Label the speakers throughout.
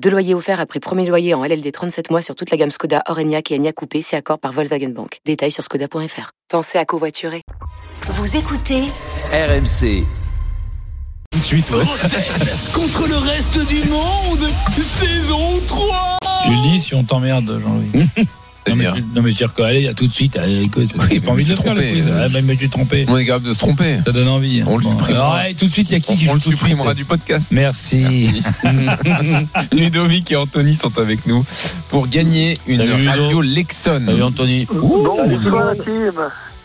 Speaker 1: Deux loyers offerts après premier loyer en LLD 37 mois sur toute la gamme Skoda, Orenia et Enya Coupé, si accord par Volkswagen Bank. Détails sur skoda.fr. Pensez à covoiturer.
Speaker 2: Vous écoutez
Speaker 3: RMC.
Speaker 4: Tout de suite, ouais.
Speaker 5: contre le reste du monde, saison 3
Speaker 6: Tu le dis si on t'emmerde, Jean-Louis. Non mais,
Speaker 4: C'est-à-dire
Speaker 6: tu- non mais je veux dire que allez, à tout de suite, allez, écoute, ça-
Speaker 4: Hmm. Oui,
Speaker 6: j'ai
Speaker 4: mais
Speaker 6: pas envie de
Speaker 4: je
Speaker 6: le
Speaker 4: suis
Speaker 6: faire le
Speaker 4: trompé.
Speaker 6: quiz. Ah, mais je me suis trompé.
Speaker 4: on est capable de se tromper.
Speaker 6: Ça donne envie. hein.
Speaker 4: On le supprime.
Speaker 6: alors, allez, tout de suite, il y a qui qui
Speaker 4: on
Speaker 6: joue
Speaker 4: le
Speaker 6: tout de suite
Speaker 4: supprimera du podcast.
Speaker 6: Merci.
Speaker 4: Ludovic et Anthony sont avec nous pour gagner une
Speaker 6: Salut, Ludo.
Speaker 4: radio Lexon.
Speaker 6: Salut Anthony.
Speaker 7: Bonsoir la team.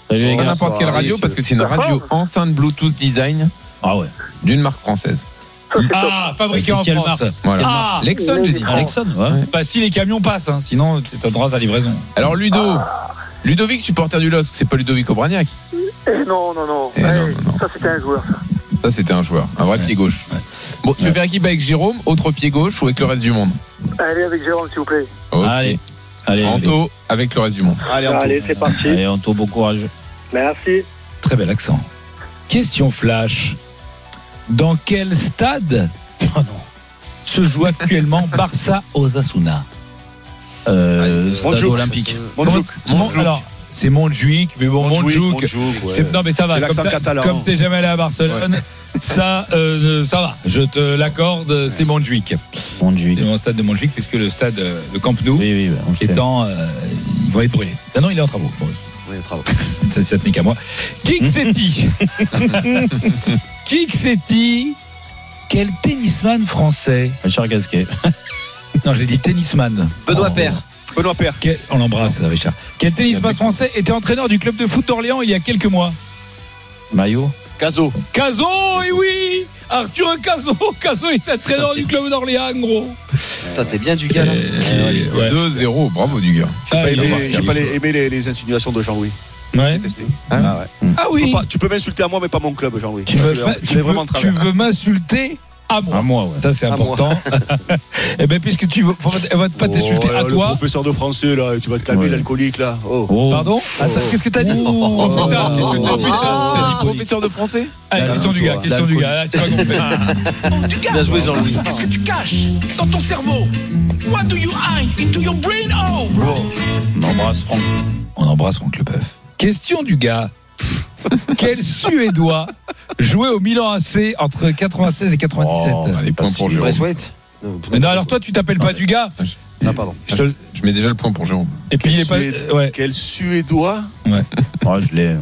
Speaker 6: Salut les
Speaker 4: Pas
Speaker 6: gars.
Speaker 4: n'importe quelle radio parce que c'est une radio enceinte Bluetooth design
Speaker 6: Ah ouais.
Speaker 4: d'une marque française.
Speaker 6: Ah, fabriqué
Speaker 3: C'est
Speaker 6: en
Speaker 3: quelle
Speaker 6: France.
Speaker 4: Voilà.
Speaker 6: Ah,
Speaker 4: Lexon, j'ai dit.
Speaker 6: Alexon, ouais. Bah si les camions passent, hein, sinon t'as le droit à la livraison.
Speaker 4: Alors Ludo, Ludovic supporter du LOSC, c'est pas Ludovic Obraniak.
Speaker 7: Eh non, non, non.
Speaker 4: Eh
Speaker 7: Ouais,
Speaker 4: non, non, non.
Speaker 7: Ça, c'était un joueur. ça.
Speaker 4: Ça c'était un joueur, un vrai
Speaker 6: Ouais.
Speaker 4: pied gauche. Bon, tu veux
Speaker 6: Ouais.
Speaker 4: faire équipe avec Jérôme, autre pied gauche ou avec le reste du monde
Speaker 7: Allez, avec Jérôme, s'il vous plaît.
Speaker 4: Ok.
Speaker 6: Allez. Allez, allez,
Speaker 4: Anto avec le reste du monde.
Speaker 3: Allez, Anto.
Speaker 7: Allez, c'est parti.
Speaker 6: allez Anto, bon courage.
Speaker 7: Merci.
Speaker 6: Très bel accent. Question flash. Dans quel stade oh non, se joue actuellement Barça Osasuna euh,
Speaker 3: Allez,
Speaker 6: Stade
Speaker 3: Ah, Montjuic,
Speaker 6: olympique.
Speaker 3: ça, c'est- Montjuic.
Speaker 6: Comment-
Speaker 3: Montjuic.
Speaker 6: Alors, c'est Montjuic, mais bon, Montjuic. c'est- Non, mais ça va.
Speaker 3: C'est
Speaker 6: comme
Speaker 3: l'accent
Speaker 6: t'as-
Speaker 3: catalan.
Speaker 6: Comme t'es jamais allé à Barcelone, ça, euh, ça va. Je te l'accorde, c'est
Speaker 3: Ouais,
Speaker 6: Montjuic.
Speaker 8: Montjuic.
Speaker 6: C'est dans le stade de Montjuic, puisque le stade, euh, le Camp
Speaker 8: Oui,
Speaker 6: Nou,
Speaker 3: bah,
Speaker 8: oui, on le sait.
Speaker 6: étant. euh, il va être brûlé. Ah non, il est en travaux. Bon,
Speaker 3: Oui, bravo.
Speaker 6: ça, ça tenait qu'à moi. Kiksetti. Kiksetti. Quel tennisman français
Speaker 8: Richard Gasquet.
Speaker 6: Non, j'ai dit tennisman.
Speaker 3: Benoît
Speaker 6: Oh.
Speaker 3: Père. Benoît Père.
Speaker 6: Quel- on l'embrasse, Richard. Quel tennisman français était entraîneur du club de foot d'Orléans il y a quelques mois
Speaker 8: Maillot.
Speaker 3: Caso.
Speaker 6: Cazot, et oui Arthur Cazot, Cazot est entraîneur
Speaker 3: Putain,
Speaker 6: du club d'Orléans, en gros.
Speaker 3: Putain, t'es bien du gars, là.
Speaker 6: Euh,
Speaker 3: J'ai
Speaker 6: ouais.
Speaker 4: 2-0, bravo du gars.
Speaker 6: Ah,
Speaker 3: pas
Speaker 6: il
Speaker 3: aimé-
Speaker 6: embarque,
Speaker 3: J'ai
Speaker 6: il
Speaker 3: pas
Speaker 6: est
Speaker 3: les- aimé les, les insinuations de Jean-Louis.
Speaker 6: chaud. Ouais.
Speaker 3: Testé.
Speaker 4: Ah oui.
Speaker 6: Ah
Speaker 3: Tu peux
Speaker 6: oui
Speaker 3: pas- Tu peux m'insulter à moi, mais pas mon club, Jean-Louis.
Speaker 6: Tu veux, pas-
Speaker 3: Je
Speaker 6: tu
Speaker 3: l'ai
Speaker 6: veux-
Speaker 3: vraiment en
Speaker 6: tu
Speaker 3: travers.
Speaker 6: veux m'insulter à moi.
Speaker 8: À moi, ouais.
Speaker 6: Ça, c'est
Speaker 3: À moi.
Speaker 6: important. Eh bien, puisque tu veux, faut- elle va pas t'insulter
Speaker 3: Oh,
Speaker 6: à
Speaker 3: le
Speaker 6: toi.
Speaker 3: professeur de français, là, tu vas te calmer,
Speaker 8: Ouais.
Speaker 3: l'alcoolique, là. Oh.
Speaker 8: Oh.
Speaker 6: Pardon Attends, qu'est-ce que t'as dit Oh putain, qu'est-ce que t'as dit
Speaker 4: T'as dit
Speaker 6: Putain, t'as dit
Speaker 4: professeur de français
Speaker 6: Allez, question du gars, question du gars. Là, tu vas gonfler.
Speaker 3: Bien
Speaker 6: bah,
Speaker 3: joué, Jean-Louis.
Speaker 5: Qu'est-ce que tu caches dans ton cerveau What do you hide into your brain? Oh,
Speaker 8: On embrasse Franck.
Speaker 6: On embrasse Franck Leboeuf. Question du gars. Quel Suédois jouait au Milan AC entre 96 et 97
Speaker 8: Oh, allez,
Speaker 4: Point pour Jérôme.
Speaker 9: Bressouette Non,
Speaker 6: Mais non, alors toi, tu t'appelles pas du gars.
Speaker 9: Ah, pardon.
Speaker 6: Je te-
Speaker 4: Je mets déjà le point pour Jérôme.
Speaker 6: Et puis il est pas.
Speaker 9: Sué-
Speaker 6: Ouais.
Speaker 9: Quel Suédois
Speaker 8: Moi, je l'ai.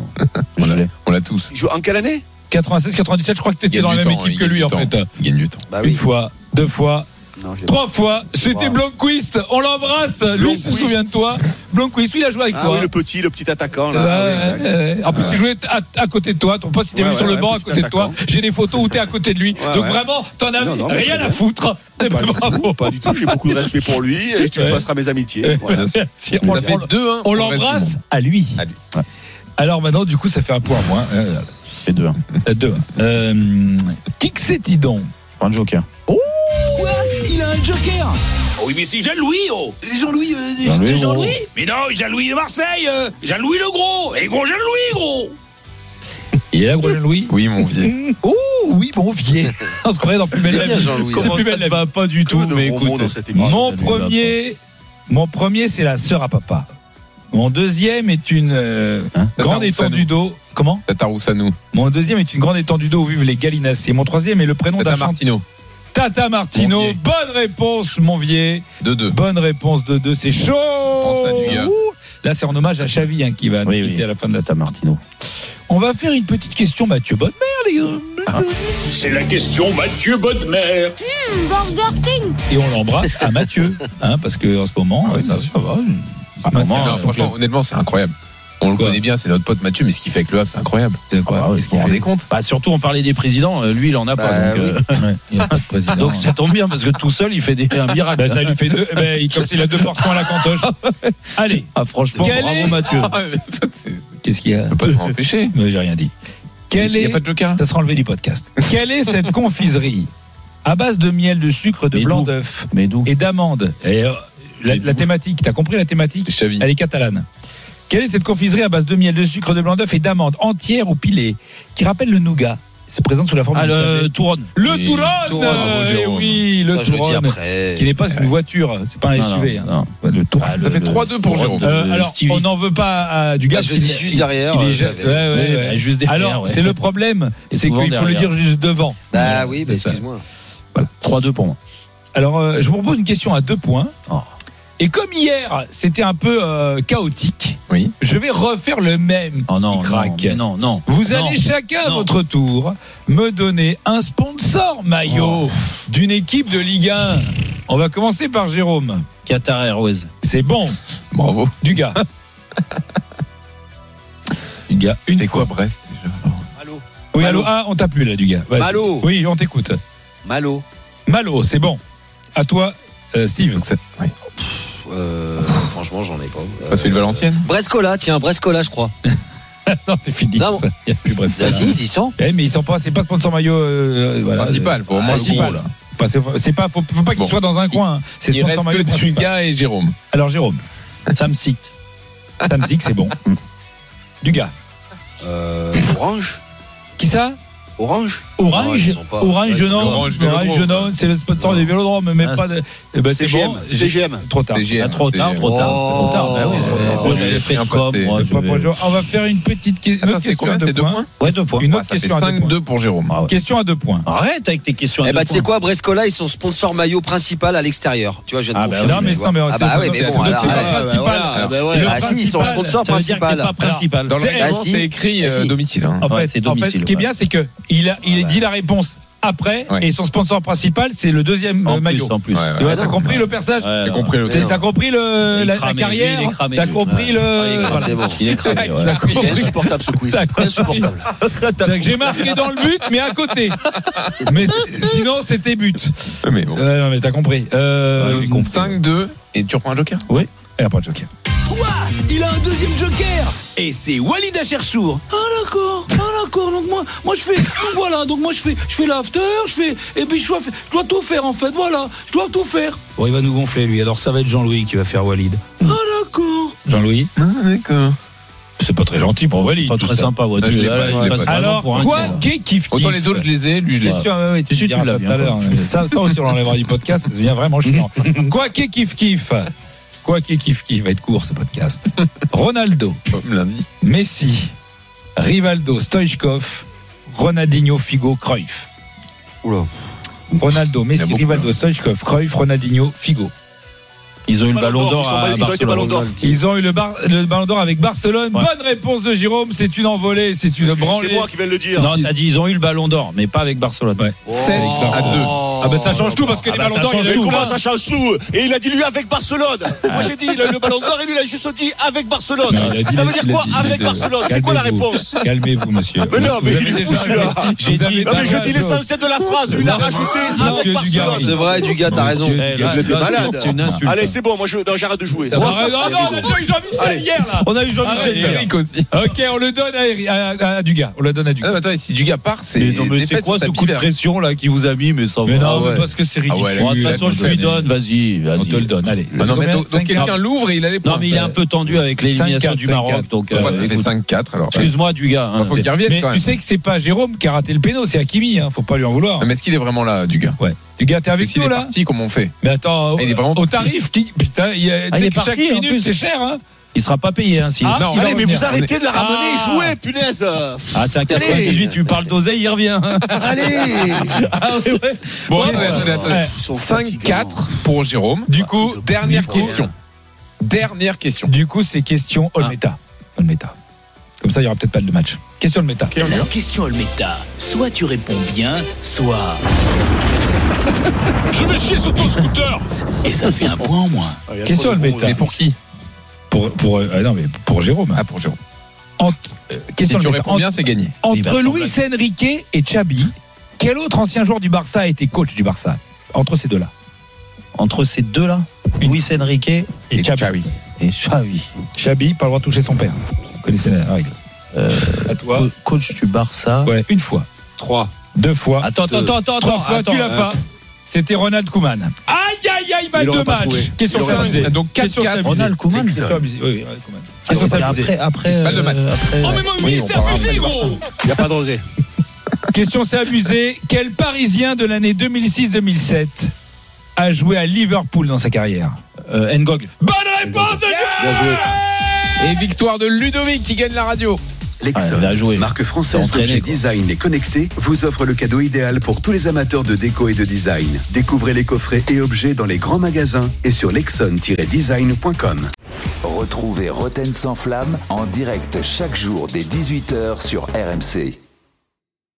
Speaker 8: Je l'ai.
Speaker 4: On l'a tous.
Speaker 9: Il joue en quelle année
Speaker 6: 96-97, je crois que
Speaker 4: Il
Speaker 6: t'étais
Speaker 4: gagne
Speaker 6: dans la
Speaker 4: du
Speaker 6: même
Speaker 4: temps,
Speaker 6: équipe
Speaker 4: il
Speaker 6: que
Speaker 4: gagne
Speaker 6: lui
Speaker 4: du
Speaker 6: en
Speaker 4: temps.
Speaker 6: fait.
Speaker 4: Il gagne du temps.
Speaker 9: Bah
Speaker 6: Une fois, deux fois,
Speaker 9: Non, j'ai
Speaker 6: trois fois. C'était
Speaker 9: Wow.
Speaker 6: Blomqvist. On l'embrasse. Lui, se
Speaker 9: Blomqvist.
Speaker 6: souvient de toi. Blomqvist, lui, il a joué avec
Speaker 9: Ah
Speaker 6: toi.
Speaker 9: oui, le petit, le petit attaquant,
Speaker 6: Bah, Ouais,
Speaker 9: là. Ah oui, exact.
Speaker 6: ouais, ouais. en plus, il jouait à, à côté de toi. Ton poste, il était
Speaker 9: Ouais,
Speaker 6: venu sur
Speaker 9: ouais,
Speaker 6: le
Speaker 9: ouais,
Speaker 6: banc à
Speaker 9: petit
Speaker 6: côté de toi. J'ai des photos où t'es à côté de lui.
Speaker 9: Ouais,
Speaker 6: Donc
Speaker 9: ouais.
Speaker 6: vraiment, t'en as
Speaker 9: Non, non, mais
Speaker 6: rien
Speaker 9: c'est
Speaker 6: à
Speaker 9: bien.
Speaker 6: foutre. Et
Speaker 9: Pas du
Speaker 6: bravo.
Speaker 9: Pas du tout, j'ai beaucoup de respect pour lui et tu
Speaker 6: Ouais.
Speaker 9: me passeras mes amitiés. Voilà.
Speaker 6: Merci. On
Speaker 4: Ça fait
Speaker 6: le-
Speaker 4: 2-1.
Speaker 6: on
Speaker 4: pour le reste du
Speaker 6: l'embrasse
Speaker 4: monde.
Speaker 6: à lui.
Speaker 4: À lui.
Speaker 8: Ouais.
Speaker 6: Alors maintenant, du coup, ça fait un point moins. Euh,
Speaker 8: C'est deux. hein.
Speaker 6: euh, deux. Euh, qui que c'est-il donc
Speaker 8: Je prends le Joker.
Speaker 5: Quoi Il a un joker Oh oui, mais c'est Jean-Louis, oh Jean-Louis, euh,
Speaker 8: Jean-Louis,
Speaker 5: de
Speaker 8: gros.
Speaker 5: Jean-Louis Mais non, Jean-Louis de Marseille euh, Jean-Louis le gros Et gros Jean-Louis, gros
Speaker 6: Il est là, gros Jean-Louis
Speaker 4: Oui, mon vieux.
Speaker 6: Oh oui, bon vieux. On se croyait dans plus belle la vie.
Speaker 9: Jean-Louis.
Speaker 6: C'est plus belle la vie.
Speaker 8: va pas du
Speaker 9: Tout de gros mots dans cette émission.
Speaker 6: Mon premier, mon premier, c'est la sœur à papa. Mon deuxième est une euh,
Speaker 8: Hein
Speaker 6: grande
Speaker 4: Tatarou
Speaker 6: étendue
Speaker 4: Sanou.
Speaker 6: d'eau. Comment
Speaker 4: Tatarousse à nous.
Speaker 6: Mon deuxième est une grande étendue d'eau où vivent les gallinacées. Mon troisième est le prénom d'un
Speaker 4: Tata
Speaker 6: chanteur.
Speaker 4: Martino.
Speaker 6: Tata Martino.
Speaker 4: Monvier.
Speaker 6: Bonne réponse, Monvier.
Speaker 4: 2-2.
Speaker 6: Bonne réponse de deux. C'est chaud.
Speaker 4: à lui, hein.
Speaker 6: Ouh. Là, c'est en hommage à Xavi hein, qui va nous
Speaker 8: Oui,
Speaker 6: quitter
Speaker 8: oui.
Speaker 6: à la fin de la
Speaker 8: Tata Martino.
Speaker 6: On va faire une petite question, Mathieu Bonne les gars.
Speaker 5: C'est la question Mathieu Bodmer
Speaker 6: Et on l'embrasse à Mathieu. Hein, parce que en ce moment,
Speaker 4: Ah oui,
Speaker 6: ça,
Speaker 4: bien sûr.
Speaker 6: ça va.
Speaker 8: Ah,
Speaker 6: Mathieu,
Speaker 8: non,
Speaker 4: Non,
Speaker 6: euh,
Speaker 4: franchement, honnêtement, c'est incroyable. On le
Speaker 6: Quoi
Speaker 4: connaît bien, c'est notre pote Mathieu, mais ce qu'il fait avec le Havre, c'est incroyable.
Speaker 6: c'est quoi
Speaker 8: Ah bah ouais,
Speaker 6: Qu'est-ce
Speaker 4: Vous
Speaker 6: qu'il
Speaker 4: vous
Speaker 6: fait
Speaker 4: rendez compte
Speaker 8: Bah, surtout, on parlait des présidents. euh, Lui, il en a pas.
Speaker 9: Bah,
Speaker 8: donc, euh,
Speaker 6: Ouais, il y a pas de président.
Speaker 8: donc ça tombe bien parce que tout seul, il fait des, un miracle.
Speaker 6: Bah, ça lui fait deux. eh ben, il- comme s'il a deux portions à la cantoche. Allez,
Speaker 8: Ah, franchement,
Speaker 6: Quel est-
Speaker 8: bravo Mathieu.
Speaker 4: Ah, mais ça, c'est-
Speaker 6: qu'est-ce Qu'est-ce qu'il y a
Speaker 4: On peut pas t'en empêcher.
Speaker 6: Mais j'ai rien dit.
Speaker 4: Il
Speaker 6: Quelle
Speaker 4: n'y
Speaker 6: est
Speaker 4: a pas de joker.
Speaker 6: Ça sera enlevé du podcast. Quelle est cette confiserie à base de miel, de sucre, de
Speaker 8: Mais
Speaker 6: blanc
Speaker 8: d'où
Speaker 6: d'œuf
Speaker 8: Mais d'où
Speaker 6: et d'amande Et, euh, la,
Speaker 4: Mais
Speaker 6: la
Speaker 4: d'où
Speaker 6: thématique, t'as compris la thématique
Speaker 4: Chavi.
Speaker 6: Elle est catalane. Quelle est cette confiserie à base de miel, de sucre, de blanc d'œuf et d'amande entière ou pilée qui rappelle le nougat C'est présent sous la forme
Speaker 8: Ah,
Speaker 6: d'une
Speaker 8: le
Speaker 6: tablette.
Speaker 8: Touronne.
Speaker 6: le
Speaker 4: Oui,
Speaker 6: Touron,
Speaker 4: Touron, bravo, Jérôme.
Speaker 6: oui, le
Speaker 3: Ça, je le dis
Speaker 6: Touron,
Speaker 3: après.
Speaker 6: qui n'est pas une voiture, c'est pas un
Speaker 8: Non, non,
Speaker 6: SUV. hein.
Speaker 8: non.
Speaker 6: Ouais, Le Touron.
Speaker 8: Ah,
Speaker 4: Ça
Speaker 8: le-
Speaker 4: fait
Speaker 8: le
Speaker 4: 3-2 pour
Speaker 8: Touron
Speaker 4: Jérôme.
Speaker 8: de
Speaker 6: Euh, alors,
Speaker 8: Stevie.
Speaker 6: on n'en veut pas à, du gars.
Speaker 3: Là, Bah, Ah, je le dis juste derrière.
Speaker 6: Il est
Speaker 3: euh,
Speaker 6: ja-
Speaker 3: j'avais-
Speaker 6: ouais, ouais,
Speaker 8: Ouais,
Speaker 6: ouais.
Speaker 8: ouais, bah, juste derrière,
Speaker 6: Alors,
Speaker 8: ouais.
Speaker 6: c'est le problème,
Speaker 8: Et
Speaker 6: c'est
Speaker 8: souvent
Speaker 6: qu'il faut le
Speaker 8: derrière.
Speaker 6: dire juste devant.
Speaker 3: Bah oui, bah,
Speaker 6: C'est ça.
Speaker 3: excuse-moi.
Speaker 8: Voilà. 3-2 pour moi.
Speaker 6: Alors, euh, je vous propose une question à deux points.
Speaker 8: Oh.
Speaker 6: Et comme hier, c'était un peu euh, chaotique,
Speaker 4: Oui.
Speaker 6: je vais refaire le même.
Speaker 8: Oh non,
Speaker 6: Il
Speaker 8: non,
Speaker 6: craque.
Speaker 8: mais non, non.
Speaker 6: Vous
Speaker 8: Non.
Speaker 6: allez chacun à
Speaker 8: Non.
Speaker 6: votre tour me donner un sponsor
Speaker 4: Oh.
Speaker 6: maillot d'une équipe de Ligue 1. On va commencer par Jérôme.
Speaker 8: Qatar Airways.
Speaker 6: C'est bon,
Speaker 4: Bravo.
Speaker 6: du gars. Du gars, une
Speaker 4: C'est
Speaker 6: fois.
Speaker 4: quoi Brest déjà
Speaker 3: Malo.
Speaker 6: Oui,
Speaker 3: Malo.
Speaker 6: allô, ah, on t'a plus là, du gars. Vas-y.
Speaker 3: Malo.
Speaker 6: Oui, on t'écoute.
Speaker 3: Malo.
Speaker 6: Malo, c'est bon. À toi, euh, Steve.
Speaker 4: Donc, c'est- oui.
Speaker 3: Euh, franchement, j'en ai pas. Euh,
Speaker 4: Pas celui de Valenciennes
Speaker 9: Brescola, tiens, Brescola, je crois.
Speaker 6: Non, c'est fini.
Speaker 9: Non.
Speaker 6: ça. Il n'y a plus Brest.
Speaker 9: Ah, si,
Speaker 3: ils y sont.
Speaker 6: Eh, mais ils sont pas, c'est pas sponsor maillot. euh, voilà.
Speaker 4: Principal, pour moi, le
Speaker 6: principal.
Speaker 4: gros, là.
Speaker 6: Pas- c'est pas- c'est pas, faut, faut pas qu'ils
Speaker 4: Bon.
Speaker 6: soient dans un coin. hein. C'est
Speaker 4: Il
Speaker 6: sponsor
Speaker 4: reste
Speaker 6: maillot.
Speaker 4: que
Speaker 6: principal.
Speaker 4: Dugas et Jérôme.
Speaker 6: Alors Jérôme,
Speaker 8: Samsic.
Speaker 6: Samsic, c'est bon. Dugas.
Speaker 3: Euh, orange.
Speaker 6: Qui ça
Speaker 3: Orange. Non,
Speaker 6: Orange.
Speaker 3: ils sont pas.
Speaker 6: Orange
Speaker 3: Ouais,
Speaker 6: Genon.
Speaker 4: Orange
Speaker 6: Orange
Speaker 4: Vélodrome.
Speaker 6: Genon, c'est le sponsor
Speaker 3: Non.
Speaker 6: des vélodromes, mais
Speaker 8: Ah,
Speaker 6: pas de. Eh ben, c'est
Speaker 3: CGM.
Speaker 6: bon.
Speaker 3: CGM.
Speaker 6: Trop tard.
Speaker 4: CGM,
Speaker 8: Ah, trop tard,
Speaker 4: c'est-
Speaker 8: trop tard. Trop tard.
Speaker 6: Ben
Speaker 8: Bah oui,
Speaker 3: Oh.
Speaker 8: euh,
Speaker 3: Oh,
Speaker 8: moi, j'avais
Speaker 4: j'ai
Speaker 8: fait
Speaker 4: rien
Speaker 8: comme.
Speaker 4: passé.
Speaker 8: moi,
Speaker 6: Pas
Speaker 8: je
Speaker 6: pour
Speaker 8: vais-
Speaker 6: Jérôme. On va faire une petite que- une
Speaker 4: Attends,
Speaker 6: autre
Speaker 4: c'est
Speaker 6: question.
Speaker 4: combien
Speaker 6: à deux
Speaker 4: C'est 2
Speaker 6: points.
Speaker 4: points
Speaker 8: Ouais, deux points.
Speaker 6: Une
Speaker 4: Ah,
Speaker 6: autre
Speaker 4: Ça fait
Speaker 6: question à deux
Speaker 4: 5-2
Speaker 6: points.
Speaker 4: pour Jérôme.
Speaker 8: Ah ouais.
Speaker 6: Question à deux points.
Speaker 8: Arrête avec tes questions. à
Speaker 3: Eh
Speaker 8: deux
Speaker 3: bah, tu sais
Speaker 8: points.
Speaker 3: quoi, Brescola, ils sont sponsor maillot principal à l'extérieur. Tu vois, je viens de
Speaker 8: Ah, bah
Speaker 3: confirmer,
Speaker 6: Non, mais
Speaker 3: tu vois.
Speaker 6: non, mais
Speaker 3: Ah, bah
Speaker 6: c'est-
Speaker 3: ouais, mais
Speaker 6: c'est-
Speaker 3: bon,
Speaker 6: c'est-
Speaker 3: alors,
Speaker 6: c'est
Speaker 3: ouais,
Speaker 6: pas
Speaker 3: bah,
Speaker 6: principal.
Speaker 3: voilà,
Speaker 6: Alors,
Speaker 3: bah,
Speaker 6: c'est
Speaker 3: ouais.
Speaker 6: le
Speaker 3: Ah, si, ils sont
Speaker 6: principal.
Speaker 3: sponsors
Speaker 8: Ça veut dire que c'est
Speaker 3: principal.
Speaker 8: pas principal.
Speaker 4: Dans le
Speaker 6: C'est-
Speaker 4: règlement,
Speaker 3: Ah, si.
Speaker 4: c'est écrit
Speaker 3: Ah,
Speaker 4: euh,
Speaker 3: si.
Speaker 4: domicile. hein.
Speaker 6: En
Speaker 8: Ouais,
Speaker 6: fait,
Speaker 8: c'est
Speaker 6: en fait,
Speaker 8: domicile,
Speaker 6: ce qui est
Speaker 8: ouais.
Speaker 6: bien, c'est que il a, il
Speaker 3: Ah
Speaker 6: dit la réponse après,
Speaker 4: Ouais.
Speaker 6: et son sponsor principal, c'est le deuxième euh,
Speaker 8: En plus,
Speaker 6: maillot.
Speaker 8: en plus.
Speaker 4: Ouais, ouais.
Speaker 6: Tu vois,
Speaker 3: Ah,
Speaker 6: T'as
Speaker 3: non.
Speaker 6: compris le personnage
Speaker 8: Ouais,
Speaker 4: T'as
Speaker 8: ouais.
Speaker 4: compris le
Speaker 3: Mais non.
Speaker 6: T'as compris le,
Speaker 8: Il est
Speaker 6: la, la
Speaker 8: cramé, lui,
Speaker 6: carrière
Speaker 8: il est cramé,
Speaker 6: T'as
Speaker 8: lui.
Speaker 6: compris
Speaker 8: Ouais. Ah, il est
Speaker 6: le...
Speaker 8: cramé.
Speaker 6: voilà.
Speaker 3: c'est bon.
Speaker 8: Il est cramé. ouais.
Speaker 6: T'as
Speaker 3: Il est
Speaker 6: compris.
Speaker 3: insupportable ce quiz.
Speaker 6: T'as compris.
Speaker 3: Insupportable.
Speaker 6: C'est vrai que j'ai marqué dans le but, mais à côté. Mais c'est- sinon, c'était but.
Speaker 4: Mais bon.
Speaker 6: Euh, non, mais t'as compris. Euh,
Speaker 8: Ouais, j'ai compris.
Speaker 4: 5-2 et tu reprends un joker
Speaker 6: et après, joker.
Speaker 5: Quoi Il a un deuxième joker Et c'est Walid Acherchour Ah d'accord, ah d'accord, donc moi, moi je fais, donc voilà, donc moi je fais, je fais l'after, je fais, et puis je dois, je dois tout faire en fait, voilà, je dois tout faire. Bon, il va nous gonfler lui, alors ça va être Jean-Louis qui va faire Walid. Ah d'accord
Speaker 6: Jean-Louis
Speaker 4: D'accord.
Speaker 6: C'est pas très gentil pour Wally.
Speaker 8: Pas très sympa. ouais.
Speaker 4: Ah, je l'ai
Speaker 8: Là,
Speaker 4: pas, je
Speaker 8: il
Speaker 4: l'ai
Speaker 8: passe
Speaker 4: pas.
Speaker 8: vraiment
Speaker 6: Alors,
Speaker 8: pour un
Speaker 6: quoi
Speaker 8: con.
Speaker 6: Qui kiffe
Speaker 4: Autant
Speaker 6: kiffe
Speaker 4: les autres, je les ai, lui, je l'ai
Speaker 6: Bien
Speaker 4: pas.
Speaker 6: sûr, ouais, ouais, tu,
Speaker 8: Si, tu
Speaker 6: tu diras
Speaker 8: l'as
Speaker 6: ça tout
Speaker 8: bien,
Speaker 6: à l'heure.
Speaker 8: quoi.
Speaker 6: Ça, ça aussi, on l'enlèvera du podcast. Ça devient vraiment chiant. Quoi qu'il kiffe, kiffe. Quoi qu'il kiffe, kiffe. Va être court ce podcast. Ronaldo,
Speaker 4: Comme lundi.
Speaker 6: Messi, Rivaldo, Stoichkov, Ronaldinho, Figo, Cruyff.
Speaker 3: Oula.
Speaker 6: Ronaldo,
Speaker 4: Il y a
Speaker 6: Messi,
Speaker 4: beaucoup,
Speaker 6: Rivaldo, Stoichkov, Cruyff, Ronaldinho, Figo.
Speaker 8: hein. Ils ont eu le ballon
Speaker 3: Ils
Speaker 8: d'or
Speaker 3: sont pas-
Speaker 8: à
Speaker 3: ils ont été ballon
Speaker 8: Barcelone.
Speaker 3: d'or.
Speaker 6: Ils ont eu le, bar- le ballon d'or avec Barcelone.
Speaker 8: Ouais.
Speaker 6: Bonne réponse de Jérôme. C'est une envolée, c'est une branlée.
Speaker 3: C'est moi qui viens de le dire. Oh.
Speaker 8: Non, t'as dit ils ont eu le ballon d'or, mais pas avec Barcelone.
Speaker 6: Ouais.
Speaker 4: Sept à deux.
Speaker 6: Ah ben ça change tout parce que
Speaker 8: Ah
Speaker 6: les
Speaker 8: bah,
Speaker 6: ballons
Speaker 8: ça
Speaker 6: d'or, il y en
Speaker 8: change
Speaker 6: a eu
Speaker 3: Mais
Speaker 8: tout,
Speaker 6: plein.
Speaker 3: comment Oh. ça change tout Et il a dit lui avec Barcelone. Moi j'ai dit il a eu le ballon d'or et lui il a juste dit avec Barcelone.
Speaker 6: Non, il a dit-
Speaker 3: ça veut dire
Speaker 6: il a
Speaker 3: quoi
Speaker 6: dit-
Speaker 3: avec
Speaker 6: il a dit-
Speaker 3: Barcelone C'est quoi la
Speaker 6: Calmez-vous.
Speaker 3: réponse
Speaker 6: Calmez-vous, monsieur.
Speaker 3: Mais non, mais
Speaker 6: Vous
Speaker 3: il
Speaker 6: avez
Speaker 3: est
Speaker 6: déjà-
Speaker 3: fou celui-là.
Speaker 6: J'ai
Speaker 8: Vous
Speaker 6: dit,
Speaker 8: avez
Speaker 3: Non mais je dis l'essentiel de la phrase. Il a rajouté
Speaker 6: Monsieur
Speaker 3: avec
Speaker 6: Dugarry.
Speaker 3: Barcelone.
Speaker 9: vrai, du gars, t'as raison.
Speaker 6: Monsieur-
Speaker 8: Eh, là,
Speaker 3: Vous êtes des
Speaker 8: là, c'est-
Speaker 3: malades.
Speaker 8: C'est une insulte.
Speaker 3: Allez c'est bon, moi je non, j'arrête de jouer.
Speaker 6: Ah, arrête, non, non, on a déjà eu Jean-Michel
Speaker 3: Allez.
Speaker 6: hier,
Speaker 4: Oh.
Speaker 6: là.
Speaker 8: On a eu Jean-Michel.
Speaker 6: Arrête,
Speaker 8: hier.
Speaker 6: Eric.
Speaker 4: aussi.
Speaker 6: Ok, on le donne à, Eric- à, à- à Dugas. On le donne à
Speaker 4: Ah,
Speaker 6: Dugas.
Speaker 4: mais attends, et si Dugas part, c'est.
Speaker 8: Mais non, mais c'est
Speaker 4: défaite
Speaker 8: quoi
Speaker 4: sur
Speaker 8: ce
Speaker 4: tapis
Speaker 8: coup de
Speaker 4: vert.
Speaker 8: pression là qui vous a mis Mais ça va.
Speaker 6: Mais non, mais
Speaker 4: Ah ouais.
Speaker 6: parce que c'est ridicule.
Speaker 4: Ah ouais,
Speaker 8: Bon, de toute façon, je lui donne. Vas-y, vas-y.
Speaker 6: On te le donne, allez.
Speaker 4: Ah non, mais
Speaker 6: Combien
Speaker 4: donc, donc
Speaker 6: Cinq-
Speaker 4: quelqu'un l'ouvre et il a les points.
Speaker 8: Non, mais il est un peu tendu avec l'élimination
Speaker 6: 5-4,
Speaker 8: du Maroc.
Speaker 6: 5-4.
Speaker 8: Donc,
Speaker 4: Pour
Speaker 8: euh,
Speaker 4: moi, ça fait
Speaker 8: écoute,
Speaker 4: 5-4 alors.
Speaker 8: excuse-moi, du gars.
Speaker 4: Il Ah, faut qu'il revienne
Speaker 6: Mais
Speaker 4: quand
Speaker 6: tu
Speaker 4: même.
Speaker 6: sais que c'est pas Jérôme qui a raté le péno, c'est Hakimi, hein. Faut pas lui en vouloir.
Speaker 4: Non, Ah, Mais est-ce qu'il est vraiment là, Dugas
Speaker 6: Dugas, t'es avec
Speaker 4: S'il
Speaker 6: nous,
Speaker 4: est
Speaker 6: là?
Speaker 4: parti, comment on fait
Speaker 6: Mais attends,
Speaker 4: Ah, Il est
Speaker 6: au
Speaker 4: vraiment
Speaker 6: au
Speaker 4: parti.
Speaker 6: tarif, qui- putain, il y a- tu
Speaker 8: Ah, il
Speaker 6: sais
Speaker 8: est
Speaker 6: que chaque
Speaker 8: parti, en
Speaker 6: minute,
Speaker 8: plus.
Speaker 6: c'est cher, hein.
Speaker 8: Il sera pas payé. Hein, si...
Speaker 6: Ah,
Speaker 4: non,
Speaker 6: il va
Speaker 3: Allez mais
Speaker 6: revenir.
Speaker 3: vous arrêtez de la ramener
Speaker 6: Ah.
Speaker 3: et jouez punaise.
Speaker 8: Ah, c'est un 98, tu parles d'oseille, il revient.
Speaker 3: Allez
Speaker 8: Ah, ouais, ouais.
Speaker 4: Bon,
Speaker 6: Ouais,
Speaker 4: attends,
Speaker 6: ouais.
Speaker 4: attends, attends.
Speaker 6: Ouais.
Speaker 3: Ils sont fatigants.
Speaker 9: hein.
Speaker 4: 5-4 pour Jérôme.
Speaker 6: Du
Speaker 9: Ah,
Speaker 6: coup,
Speaker 4: Dernière
Speaker 6: du coup-
Speaker 4: question. Dernière question.
Speaker 6: Du coup, c'est question Olmeta. Olmeta. Comme ça, il y aura peut-être pas de match. Question Olmeta.
Speaker 4: Ok, on y va.
Speaker 5: question Olmeta, soit tu réponds bien, soit... je vais chier sur ton scooter Et ça fait un point en moins.
Speaker 3: Ah, il y a
Speaker 6: Question
Speaker 3: trop de bons,
Speaker 6: Olmeta.
Speaker 3: là.
Speaker 4: Mais pour qui
Speaker 6: Pour, pour, euh, non, mais pour Jérôme.
Speaker 4: Ah, pour Jérôme.
Speaker 6: Euh,
Speaker 4: Si
Speaker 6: question
Speaker 4: tu
Speaker 6: Olmeta.
Speaker 4: réponds bien, c'est gagné.
Speaker 6: Entre
Speaker 8: Il va sembler-
Speaker 6: Luis Enrique et Xabi, quel autre ancien joueur du Barça a été coach du Barça Entre ces deux-là.
Speaker 8: Entre ces deux-là, Luis Enrique
Speaker 6: Et Xabi.
Speaker 4: Xavi.
Speaker 8: et Xavi.
Speaker 6: Xabi, pas le droit de toucher son père. Vous connaissez la règle.
Speaker 8: euh,
Speaker 4: À toi.
Speaker 8: co- coach du Barça.
Speaker 6: Ouais, une fois,
Speaker 4: 3.
Speaker 6: deux fois.
Speaker 8: Attends, attends, attends, attends.
Speaker 6: Trois fois,
Speaker 8: attends, hein.
Speaker 6: tu l'as pas. C'était Ronald Kouman. Aïe, aïe, aïe, bah
Speaker 3: Il
Speaker 6: deux
Speaker 3: l'aurait pas
Speaker 6: matchs.
Speaker 3: trouvé.
Speaker 6: Question
Speaker 3: Il l'aurait pas
Speaker 6: s'amuser.
Speaker 4: Donc
Speaker 6: Question
Speaker 4: 4-4.
Speaker 6: s'amuser.
Speaker 8: Ronald Koeman.
Speaker 6: Question s'amuser. Oui, oui, Ronald Koeman.
Speaker 8: Ah,
Speaker 6: Question
Speaker 8: c'est
Speaker 6: s'amuser.
Speaker 8: Après, après.
Speaker 4: Balle de match.
Speaker 8: euh, après,
Speaker 5: Oh, mais mon
Speaker 4: Oui, on
Speaker 5: c'est
Speaker 4: parle
Speaker 5: abusé, gros
Speaker 3: Il n'y a pas de regret.
Speaker 6: Question c'est abusé. Quel Parisien de l'année 2006-2007 a joué à Liverpool dans sa carrière
Speaker 8: euh, Ngog.
Speaker 6: Bonne réponse de
Speaker 9: Bien joué.
Speaker 4: Et victoire de Ludovic qui gagne la radio.
Speaker 8: Ouais,
Speaker 2: Lexon,
Speaker 8: bien joué.
Speaker 2: marque française
Speaker 8: Entraîné,
Speaker 2: d'objets
Speaker 8: quoi.
Speaker 2: design et connectés, vous offre le cadeau idéal pour tous les amateurs de déco et de design. Découvrez les coffrets et objets dans les grands magasins et sur lexon-design.com.
Speaker 10: Retrouvez Roten sans flamme en direct chaque jour dès 18h sur RMC.